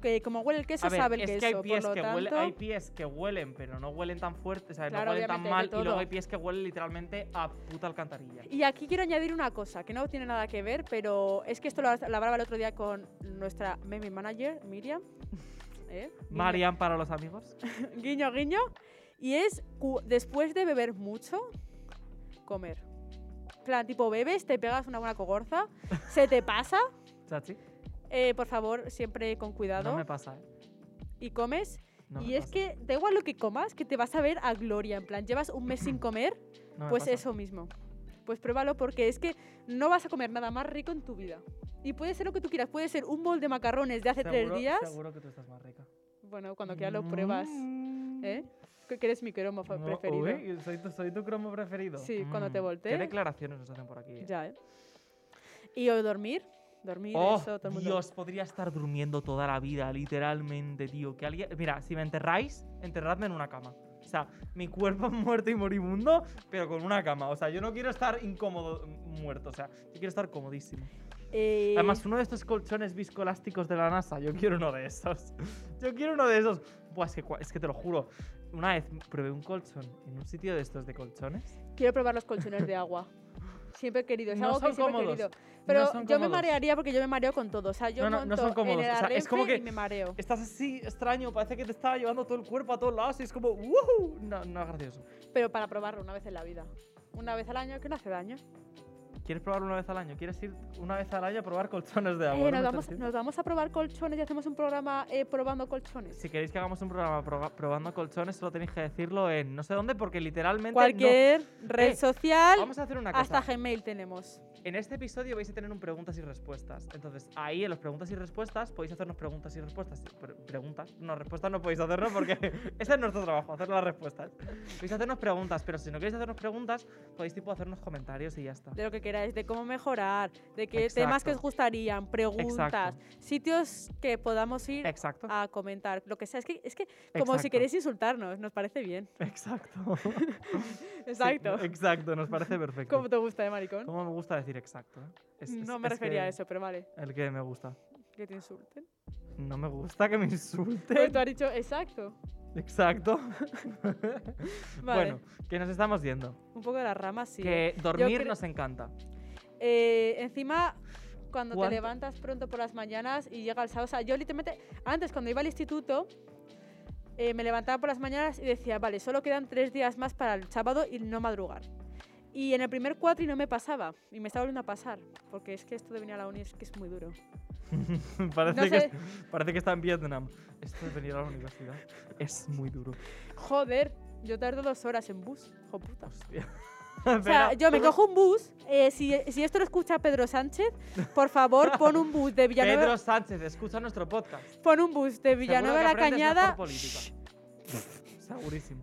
[SPEAKER 1] que como huele el queso,
[SPEAKER 2] a ver,
[SPEAKER 1] sabe el
[SPEAKER 2] es
[SPEAKER 1] queso.
[SPEAKER 2] que, hay
[SPEAKER 1] por
[SPEAKER 2] pies
[SPEAKER 1] lo
[SPEAKER 2] que,
[SPEAKER 1] tanto,
[SPEAKER 2] huele- hay pies que huelen, pero no huelen tan fuerte, o sea,
[SPEAKER 1] Claro,
[SPEAKER 2] no huelen tan
[SPEAKER 1] obviamente,
[SPEAKER 2] mal,
[SPEAKER 1] hay
[SPEAKER 2] y
[SPEAKER 1] de
[SPEAKER 2] luego
[SPEAKER 1] todo.
[SPEAKER 2] hay pies que huelen literalmente a puta alcantarilla.
[SPEAKER 1] Y aquí quiero añadir una cosa que no tiene nada que ver, pero es que esto lo, lo hablaba el otro día con nuestra meme manager, Miriam. ¿Eh? Miriam.
[SPEAKER 2] Marian para los amigos.
[SPEAKER 1] guiño, guiño. Y es cu- después de beber mucho, comer. plan, tipo, bebes, te pegas una buena cogorza, se te pasa,
[SPEAKER 2] Chachi,
[SPEAKER 1] eh, por favor, siempre con cuidado,
[SPEAKER 2] no me pasa, ¿eh?
[SPEAKER 1] y comes.
[SPEAKER 2] No
[SPEAKER 1] y
[SPEAKER 2] me
[SPEAKER 1] es
[SPEAKER 2] pasa,
[SPEAKER 1] que da igual lo que comas, que te vas a ver a gloria. En plan, llevas un mes sin comer,
[SPEAKER 2] no me
[SPEAKER 1] pues
[SPEAKER 2] pasa.
[SPEAKER 1] eso mismo. Pues pruébalo porque es que no vas a comer nada más rico en tu vida. Y puede ser lo que tú quieras, puede ser un bol de macarrones de hace tres
[SPEAKER 2] Seguro-
[SPEAKER 1] días.
[SPEAKER 2] Seguro que tú estás más rica. Mm.
[SPEAKER 1] Bueno, cuando quieras lo pruebas. ¿Eh? Que que eres mi cromo fa-
[SPEAKER 2] No,
[SPEAKER 1] preferido.
[SPEAKER 2] uy, soy, tu, soy tu cromo preferido.
[SPEAKER 1] Sí, cuando te
[SPEAKER 2] Mm,
[SPEAKER 1] voltees.
[SPEAKER 2] ¿Qué declaraciones nos hacen por aquí? eh?
[SPEAKER 1] Ya, ¿eh? Y hoy dormir. Dormir,
[SPEAKER 2] Oh,
[SPEAKER 1] eso, todo el mundo.
[SPEAKER 2] Dios, podría estar durmiendo toda la vida, literalmente, tío. Que alguien... Mira, si me enterráis, enterradme en una cama. O sea, mi cuerpo muerto y moribundo, pero con una cama. O sea, yo no quiero estar incómodo mm, muerto. O sea, yo quiero estar comodísimo.
[SPEAKER 1] Eh,
[SPEAKER 2] Además, uno de estos colchones viscoelásticos de la NASA, yo quiero uno de esos. Yo quiero uno de esos. Buah, es que, cua- es que te lo juro. Una vez probé un colchón en un sitio de estos de colchones.
[SPEAKER 1] quiero probar los colchones de agua. Siempre he querido, es
[SPEAKER 2] No
[SPEAKER 1] algo que
[SPEAKER 2] son
[SPEAKER 1] siempre he
[SPEAKER 2] cómodos,
[SPEAKER 1] querido.
[SPEAKER 2] no
[SPEAKER 1] Pero
[SPEAKER 2] son
[SPEAKER 1] yo me
[SPEAKER 2] cómodos.
[SPEAKER 1] marearía porque yo me mareo con todo. O sea, yo
[SPEAKER 2] No, no, no
[SPEAKER 1] monto
[SPEAKER 2] son cómodos,
[SPEAKER 1] en el
[SPEAKER 2] o sea, es como
[SPEAKER 1] arremfe
[SPEAKER 2] que-
[SPEAKER 1] y me mareo.
[SPEAKER 2] Estás así extraño, parece que te está llevando todo el cuerpo a todos lados y es como ¡Wuhu! No, no es gracioso.
[SPEAKER 1] Pero para probarlo una vez en la vida. Una vez al año, que no hace daño. Eh,
[SPEAKER 2] ¿Quieres probar una vez al año? ¿Quieres ir una vez al año a probar colchones de
[SPEAKER 1] Eh,
[SPEAKER 2] agua? ¿No me
[SPEAKER 1] nos,
[SPEAKER 2] estás
[SPEAKER 1] vamos,
[SPEAKER 2] diciendo?
[SPEAKER 1] nos vamos a probar colchones y hacemos un programa eh, probando colchones.
[SPEAKER 2] Si queréis que hagamos un programa proba- probando colchones, solo tenéis que decirlo en no sé dónde, porque literalmente. no-
[SPEAKER 1] Cualquier red
[SPEAKER 2] Eh,
[SPEAKER 1] social,
[SPEAKER 2] Vamos a hacer una cosa.
[SPEAKER 1] hasta Gmail tenemos.
[SPEAKER 2] En este episodio vais a tener un preguntas y respuestas. Entonces, ahí en los preguntas y respuestas podéis hacernos preguntas y respuestas. Pre- preguntas. No, respuestas no podéis hacernos porque ese es nuestro trabajo, hacer las respuestas. Podéis hacernos preguntas, pero si no queréis hacernos preguntas, podéis tipo hacernos comentarios y ya está.
[SPEAKER 1] de lo que queráis, de cómo mejorar, de qué temas que
[SPEAKER 2] Exacto.
[SPEAKER 1] os gustarían, preguntas, sitios que podamos ir
[SPEAKER 2] Exacto.
[SPEAKER 1] a comentar, lo que sea. Es que, es que como si
[SPEAKER 2] Exacto.
[SPEAKER 1] queréis insultarnos, nos parece bien.
[SPEAKER 2] Exacto. Sí,
[SPEAKER 1] Exacto.
[SPEAKER 2] no, exacto, nos parece perfecto.
[SPEAKER 1] ¿Cómo te gusta de maricón?
[SPEAKER 2] ¿Cómo me gusta decir exacto? eh? Es-
[SPEAKER 1] no
[SPEAKER 2] es-
[SPEAKER 1] me
[SPEAKER 2] es
[SPEAKER 1] refería
[SPEAKER 2] que-
[SPEAKER 1] a eso, pero vale,
[SPEAKER 2] El que me gusta.
[SPEAKER 1] que te insulten.
[SPEAKER 2] No me gusta que me
[SPEAKER 1] Pero
[SPEAKER 2] insulten.
[SPEAKER 1] tú has dicho exacto.
[SPEAKER 2] Exacto.
[SPEAKER 1] Vale,
[SPEAKER 2] Bueno, que nos estamos yendo.
[SPEAKER 1] un poco de las ramas, sí. ¿eh?
[SPEAKER 2] Que dormir
[SPEAKER 1] cre-
[SPEAKER 2] nos encanta.
[SPEAKER 1] Eh, encima, cuando
[SPEAKER 2] ¿Cuánto?
[SPEAKER 1] te levantas pronto por las mañanas y llega el sábado, o sea, yo literalmente, antes cuando iba al instituto, eh, me levantaba por las mañanas y decía, vale, solo quedan tres días más para el sábado y no madrugar. Y en el primer cuatri no me pasaba, y me estaba volviendo a pasar, porque es que esto de venir a la uni es que es muy duro.
[SPEAKER 2] parece,
[SPEAKER 1] No
[SPEAKER 2] que,
[SPEAKER 1] sé.
[SPEAKER 2] parece que está en Vietnam. Esto de venir a la universidad es muy duro.
[SPEAKER 1] Joder, yo tardo dos horas en bus, hijo puta.
[SPEAKER 2] Hostia.
[SPEAKER 1] O sea, yo me cojo un bus, eh, si, si esto lo escucha Pedro Sánchez, por favor, pon un bus de Villanueva.
[SPEAKER 2] Pedro Sánchez, escucha nuestro podcast.
[SPEAKER 1] Pon un bus de Villanueva a la
[SPEAKER 2] aprendes
[SPEAKER 1] Cañada.
[SPEAKER 2] mejor política. Segurísimo.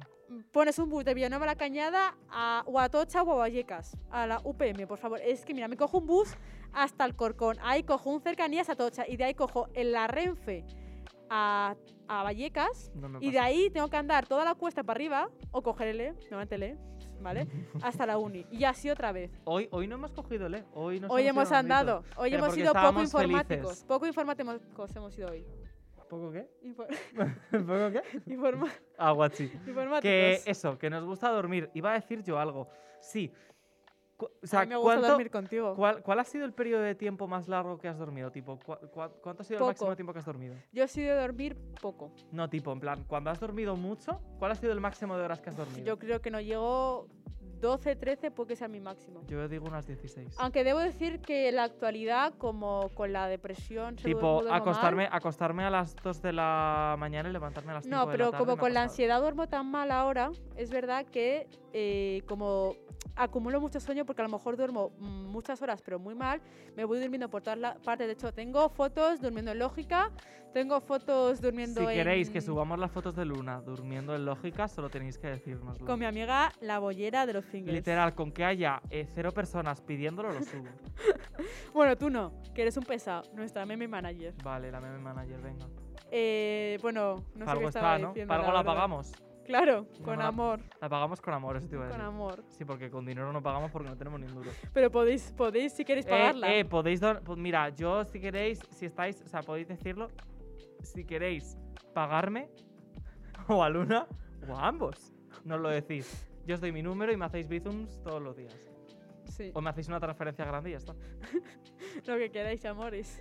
[SPEAKER 1] Pones un bus de Villanueva a la Cañada a, o a Atocha o a Vallecas, a la UPM, por favor. Es que mira, me cojo un bus hasta el Corcón, ahí cojo un cercanías a Atocha y de ahí cojo en la Renfe a, a Vallecas
[SPEAKER 2] No me
[SPEAKER 1] y de
[SPEAKER 2] pasa.
[SPEAKER 1] ahí tengo que andar toda la cuesta para arriba o coger el E, normalmente el E, ¿vale? Hasta la uni y así otra vez.
[SPEAKER 2] Hoy, hoy no hemos cogido el E. Hoy, nos
[SPEAKER 1] hoy
[SPEAKER 2] ido
[SPEAKER 1] hemos
[SPEAKER 2] andando.
[SPEAKER 1] andado, hoy
[SPEAKER 2] Pero
[SPEAKER 1] hemos
[SPEAKER 2] porque
[SPEAKER 1] sido poco
[SPEAKER 2] estábamos
[SPEAKER 1] informáticos,
[SPEAKER 2] felices.
[SPEAKER 1] poco informáticos hemos sido hoy.
[SPEAKER 2] ¿Poco qué?
[SPEAKER 1] Infor-
[SPEAKER 2] ¿Poco qué?
[SPEAKER 1] informa-
[SPEAKER 2] Aguachi.
[SPEAKER 1] informáticos.
[SPEAKER 2] Que eso, que nos gusta dormir. Iba a decir yo algo. Sí. Cu- o sea,
[SPEAKER 1] a mí me gusta
[SPEAKER 2] ¿cuánto-
[SPEAKER 1] dormir contigo.
[SPEAKER 2] cuál, cuál ha sido el periodo de tiempo más largo que has dormido? Tipo, ¿cuá- cuá- ¿Cuánto ha sido
[SPEAKER 1] Poco.
[SPEAKER 2] el máximo tiempo que has dormido?
[SPEAKER 1] Yo sí de dormir poco.
[SPEAKER 2] No, tipo, en plan, cuando has dormido mucho, ¿cuál ha sido el máximo de horas que has dormido?
[SPEAKER 1] Yo creo que no llego 12, 13, porque sea mi máximo.
[SPEAKER 2] Yo digo unas 16.
[SPEAKER 1] Aunque debo decir que en la actualidad, como con la depresión, se
[SPEAKER 2] tipo,
[SPEAKER 1] duermo mal.
[SPEAKER 2] acostarme, acostarme a las 2 de la mañana y levantarme a las 5
[SPEAKER 1] No,
[SPEAKER 2] de
[SPEAKER 1] pero
[SPEAKER 2] la tarde
[SPEAKER 1] como
[SPEAKER 2] me ha
[SPEAKER 1] con la
[SPEAKER 2] pasado.
[SPEAKER 1] ansiedad duermo tan mal ahora, es verdad que eh, como acumulo mucho sueño porque a lo mejor duermo mm, muchas horas pero muy mal, me voy durmiendo por todas las partes. De hecho, tengo fotos durmiendo en lógica, tengo fotos durmiendo
[SPEAKER 2] Si queréis que
[SPEAKER 1] en-
[SPEAKER 2] subamos las fotos de Luna durmiendo en lógica, solo tenéis que decirnoslo.
[SPEAKER 1] Con mi amiga la bollera de los fingers.
[SPEAKER 2] Literal, con que haya eh, cero personas pidiéndolo, lo subo.
[SPEAKER 1] Bueno, tú no, que eres un pesado, nuestra meme manager.
[SPEAKER 2] Vale, la meme manager, venga.
[SPEAKER 1] Eh, bueno, no sé
[SPEAKER 2] Para
[SPEAKER 1] qué
[SPEAKER 2] algo
[SPEAKER 1] estaba
[SPEAKER 2] está, ¿no?
[SPEAKER 1] diciendo,
[SPEAKER 2] Para algo la
[SPEAKER 1] verdad.
[SPEAKER 2] pagamos.
[SPEAKER 1] Claro,
[SPEAKER 2] No
[SPEAKER 1] con
[SPEAKER 2] la-
[SPEAKER 1] amor,
[SPEAKER 2] La pagamos con amor, eso te iba a
[SPEAKER 1] con
[SPEAKER 2] decir.
[SPEAKER 1] amor.
[SPEAKER 2] Sí, porque con dinero no pagamos porque no tenemos ni un duro.
[SPEAKER 1] Pero podéis, podéis si queréis pagarla.
[SPEAKER 2] Eh, eh, podéis don- po- Mira, yo si queréis, si estáis, o sea, podéis decirlo. Si queréis pagarme o a Luna o a ambos, nos lo decís. Yo os doy mi número y me hacéis bizums todos los días.
[SPEAKER 1] Sí.
[SPEAKER 2] O me hacéis una transferencia grande y ya está.
[SPEAKER 1] Lo que queráis, amores.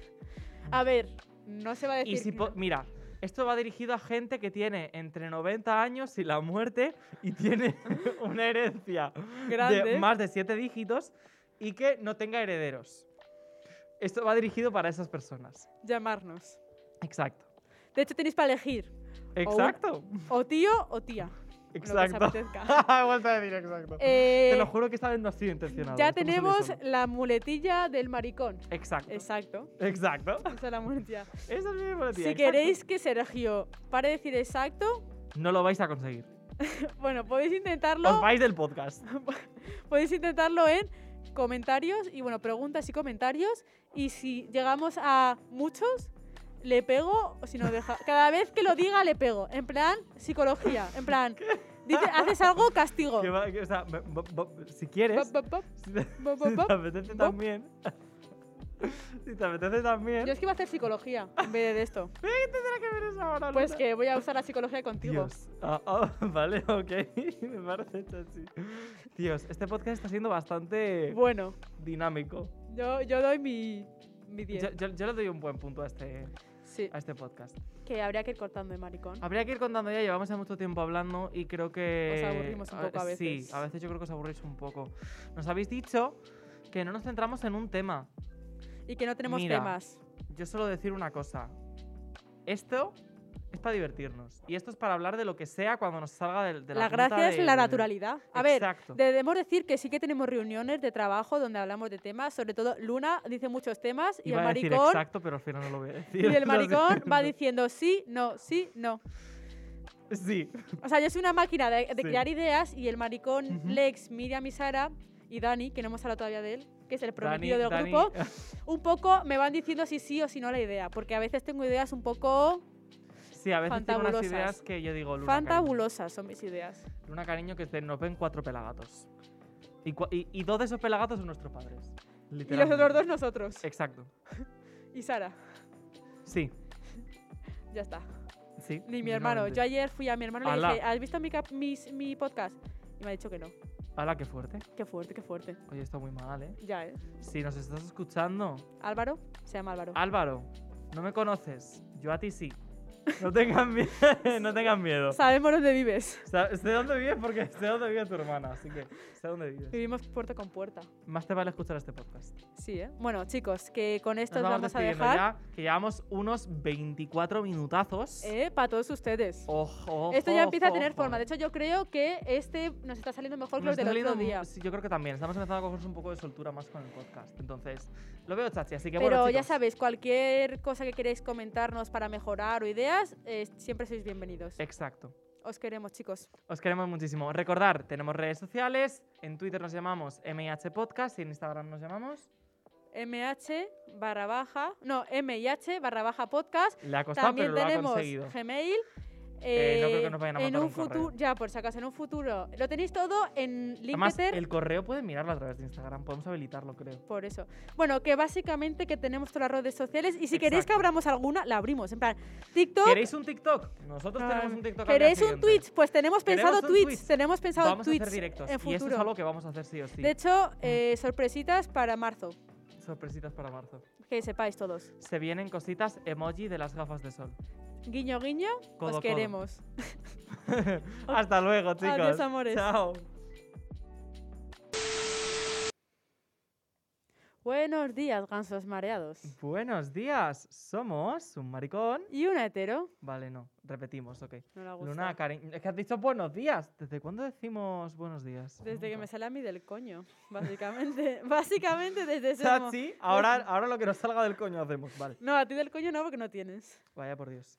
[SPEAKER 1] A ver, no se va a decir.
[SPEAKER 2] Y si,
[SPEAKER 1] que
[SPEAKER 2] po-
[SPEAKER 1] no.
[SPEAKER 2] mira, esto va dirigido a gente que tiene entre 90 años y la muerte y tiene una herencia de
[SPEAKER 1] Grande.
[SPEAKER 2] más de 7 dígitos y que no tenga herederos. Esto va dirigido para esas personas.
[SPEAKER 1] Llamarnos.
[SPEAKER 2] Exacto.
[SPEAKER 1] De hecho, tenéis para elegir.
[SPEAKER 2] Exacto.
[SPEAKER 1] O tío o tía.
[SPEAKER 2] Exacto.
[SPEAKER 1] Lo que os apetezca.
[SPEAKER 2] Vuelta a decir exacto.
[SPEAKER 1] Eh,
[SPEAKER 2] Te lo juro que esta vez no ha sido intencionado. ¿eh?
[SPEAKER 1] ya
[SPEAKER 2] esto me salió
[SPEAKER 1] tenemos
[SPEAKER 2] solo.
[SPEAKER 1] la muletilla del maricón.
[SPEAKER 2] Exacto.
[SPEAKER 1] Exacto.
[SPEAKER 2] Exacto.
[SPEAKER 1] Esa es la muletilla.
[SPEAKER 2] Esa es mi boletía,
[SPEAKER 1] si
[SPEAKER 2] exacto.
[SPEAKER 1] queréis que Sergio pare de decir exacto,
[SPEAKER 2] No lo vais a conseguir.
[SPEAKER 1] bueno, podéis
[SPEAKER 2] Os
[SPEAKER 1] intentarlo.
[SPEAKER 2] vais del podcast.
[SPEAKER 1] Podéis intentarlo en comentarios y bueno, preguntas y comentarios. Y si llegamos a muchos, le pego o si no deja. Cada vez que lo diga, le pego. En plan, psicología. En plan, dice, haces algo, castigo.
[SPEAKER 2] Que va- que- o sea, bo- bo- bo- si quieres.
[SPEAKER 1] Bop, bop, bop,
[SPEAKER 2] Si te,
[SPEAKER 1] bop,
[SPEAKER 2] si
[SPEAKER 1] bop,
[SPEAKER 2] te
[SPEAKER 1] bop.
[SPEAKER 2] apetece también. si te apetece también.
[SPEAKER 1] Yo es que iba a hacer psicología en vez de esto.
[SPEAKER 2] ¿Para qué vienes ahora,
[SPEAKER 1] Pues
[SPEAKER 2] Luna?
[SPEAKER 1] que voy a usar la psicología contigo.
[SPEAKER 2] Dios. Ah, ah, vale, ok. Me parece chachi. Dios, este podcast está siendo bastante
[SPEAKER 1] Bueno,
[SPEAKER 2] dinámico.
[SPEAKER 1] yo, yo doy mi, mi 10.
[SPEAKER 2] Yo, yo- yo le doy un buen punto a este,
[SPEAKER 1] Sí,
[SPEAKER 2] a este podcast.
[SPEAKER 1] que habría que ir cortando de maricón.
[SPEAKER 2] Habría que ir contando ya, llevamos ya mucho tiempo hablando y creo que...
[SPEAKER 1] Os aburrimos un poco a
[SPEAKER 2] Sí,
[SPEAKER 1] veces.
[SPEAKER 2] a veces yo creo que os aburrís un poco. Nos habéis dicho que no nos centramos en un tema.
[SPEAKER 1] Y que no tenemos
[SPEAKER 2] Mira.
[SPEAKER 1] temas.
[SPEAKER 2] Yo solo decir una cosa. Esto es para divertirnos. Y esto es para hablar de lo que sea cuando nos salga del- de, la
[SPEAKER 1] la
[SPEAKER 2] punta
[SPEAKER 1] gracia es
[SPEAKER 2] de-
[SPEAKER 1] la
[SPEAKER 2] de-
[SPEAKER 1] naturalidad. A ver,
[SPEAKER 2] Exacto.
[SPEAKER 1] Debemos decir que sí que tenemos reuniones de trabajo donde hablamos de temas, sobre todo Luna dice muchos temas y
[SPEAKER 2] Iba
[SPEAKER 1] el
[SPEAKER 2] a decir
[SPEAKER 1] maricón
[SPEAKER 2] exacto, pero al final no lo voy a decir.
[SPEAKER 1] y el
[SPEAKER 2] lo
[SPEAKER 1] maricón va
[SPEAKER 2] siento.
[SPEAKER 1] diciendo sí, no, sí, no.
[SPEAKER 2] Sí,
[SPEAKER 1] O sea, yo soy una máquina de, de
[SPEAKER 2] Sí.
[SPEAKER 1] crear ideas y el maricón
[SPEAKER 2] Ujú.
[SPEAKER 1] Lex, Miriam y Sara y Dani, que no hemos hablado todavía de él, que es el prometido
[SPEAKER 2] Dani-
[SPEAKER 1] del
[SPEAKER 2] Dani-
[SPEAKER 1] grupo, un poco me van diciendo si sí o si no la idea, porque a veces tengo ideas un poco
[SPEAKER 2] Sí, a veces tengo unas
[SPEAKER 1] Fantabulosas.
[SPEAKER 2] ideas que yo digo, Luna, cariño,
[SPEAKER 1] fantabulosas son mis ideas.
[SPEAKER 2] Luna, cariño, que te- nos ven cuatro pelagatos. Y, cua- y- y dos de esos pelagatos son nuestros padres.
[SPEAKER 1] Y los otros dos
[SPEAKER 2] literalmente.
[SPEAKER 1] nosotros.
[SPEAKER 2] Exacto.
[SPEAKER 1] Y Sara,
[SPEAKER 2] Sí,
[SPEAKER 1] ya está.
[SPEAKER 2] sí.
[SPEAKER 1] Ni mi hermano. Yo ayer fui a mi hermano y le
[SPEAKER 2] Ala.
[SPEAKER 1] dije, ¿has visto mi, cap- mis- mi podcast? Y me ha dicho que no.
[SPEAKER 2] Hala, qué fuerte.
[SPEAKER 1] Qué fuerte, qué fuerte.
[SPEAKER 2] Oye, está muy mal, ¿eh?
[SPEAKER 1] Ya, ¿eh?
[SPEAKER 2] Si nos estás escuchando,
[SPEAKER 1] Álvaro, se llama Álvaro.
[SPEAKER 2] Álvaro, no me conoces. Yo a ti sí. No tengas miedo. no tengas miedo.
[SPEAKER 1] Sabemos dónde vives.
[SPEAKER 2] Sa- Sé dónde vives porque sé dónde vive tu hermana, así que sé dónde vives.
[SPEAKER 1] Vivimos puerta con puerta.
[SPEAKER 2] Más te vale escuchar este podcast.
[SPEAKER 1] Sí, ¿eh? Bueno, chicos, que con esto
[SPEAKER 2] Nos
[SPEAKER 1] os
[SPEAKER 2] vamos,
[SPEAKER 1] vamos a
[SPEAKER 2] despidiendo
[SPEAKER 1] dejar.
[SPEAKER 2] ya, que llevamos unos 24 minutazos.
[SPEAKER 1] ¿eh? Para todos ustedes.
[SPEAKER 2] Ojo,
[SPEAKER 1] esto ya
[SPEAKER 2] ojo,
[SPEAKER 1] empieza a tener
[SPEAKER 2] ojo.
[SPEAKER 1] forma. De hecho, yo creo que este nos está saliendo mejor que
[SPEAKER 2] Nos
[SPEAKER 1] los
[SPEAKER 2] está
[SPEAKER 1] del otro
[SPEAKER 2] saliendo mu-
[SPEAKER 1] día.
[SPEAKER 2] sí, yo creo que también. Estamos empezando a coger un poco de soltura más con el podcast. Entonces, lo veo chachi, así que
[SPEAKER 1] Pero
[SPEAKER 2] bueno,
[SPEAKER 1] ya
[SPEAKER 2] chicos,
[SPEAKER 1] sabéis, cualquier cosa que queréis comentarnos para mejorar o ideas, eh, siempre sois bienvenidos.
[SPEAKER 2] Exacto.
[SPEAKER 1] Os queremos, chicos.
[SPEAKER 2] Os queremos muchísimo. Recordar, tenemos redes sociales. En Twitter nos llamamos MIH Podcast y en Instagram nos llamamos...
[SPEAKER 1] MH barra baja, no, MIH barra baja podcast.
[SPEAKER 2] Le ha costado,
[SPEAKER 1] También
[SPEAKER 2] Pues pero lo ha
[SPEAKER 1] tenemos
[SPEAKER 2] conseguido.
[SPEAKER 1] Gmail,
[SPEAKER 2] Eh, no creo que
[SPEAKER 1] eh,
[SPEAKER 2] nos vayan a
[SPEAKER 1] en
[SPEAKER 2] mandar
[SPEAKER 1] un,
[SPEAKER 2] un correo.
[SPEAKER 1] futuro, ya por si acaso, en un futuro. Lo tenéis todo en
[SPEAKER 2] Además,
[SPEAKER 1] LinkedIn.
[SPEAKER 2] el correo puede mirarlo a través de Instagram. Podemos habilitarlo, creo.
[SPEAKER 1] Por eso. Bueno, que básicamente que tenemos todas las redes sociales y si queréis que
[SPEAKER 2] Exacto.
[SPEAKER 1] abramos alguna, la abrimos. En plan, TikTok.
[SPEAKER 2] ¿Queréis un TikTok? Nosotros
[SPEAKER 1] ah,
[SPEAKER 2] tenemos un TikTok. al día
[SPEAKER 1] ¿queréis un
[SPEAKER 2] siguiente.
[SPEAKER 1] Twitch? Pues tenemos
[SPEAKER 2] Queremos
[SPEAKER 1] pensado
[SPEAKER 2] un
[SPEAKER 1] tweets.
[SPEAKER 2] Twitch.
[SPEAKER 1] Tenemos pensado
[SPEAKER 2] Vamos a
[SPEAKER 1] tweets.
[SPEAKER 2] hacer directos.
[SPEAKER 1] en
[SPEAKER 2] Y esto es
[SPEAKER 1] futuro.
[SPEAKER 2] algo que vamos a hacer sí o sí.
[SPEAKER 1] De hecho, eh, sorpresitas para marzo.
[SPEAKER 2] Sorpresitas para marzo.
[SPEAKER 1] Que sepáis todos.
[SPEAKER 2] Se vienen cositas emoji de las gafas de sol.
[SPEAKER 1] Guiño, guiño,
[SPEAKER 2] Codo,
[SPEAKER 1] os
[SPEAKER 2] codo.
[SPEAKER 1] queremos.
[SPEAKER 2] Hasta luego, chicos.
[SPEAKER 1] Adiós, amores.
[SPEAKER 2] Chao.
[SPEAKER 1] Buenos días, gansos mareados.
[SPEAKER 2] Buenos días. Somos un maricón.
[SPEAKER 1] Y un hetero.
[SPEAKER 2] Vale, no. Repetimos, ok.
[SPEAKER 1] No le ha gustado.
[SPEAKER 2] Luna, cariño. Es que has dicho buenos días. ¿Desde cuándo decimos buenos días?
[SPEAKER 1] Desde que
[SPEAKER 2] Nunca.
[SPEAKER 1] me sale a mí del coño, básicamente. básicamente desde ese
[SPEAKER 2] Ah,
[SPEAKER 1] momento.
[SPEAKER 2] sí, ahora, ahora lo que nos salga del coño hacemos. Vale.
[SPEAKER 1] No, a ti del coño no, porque no tienes.
[SPEAKER 2] Vaya por Dios.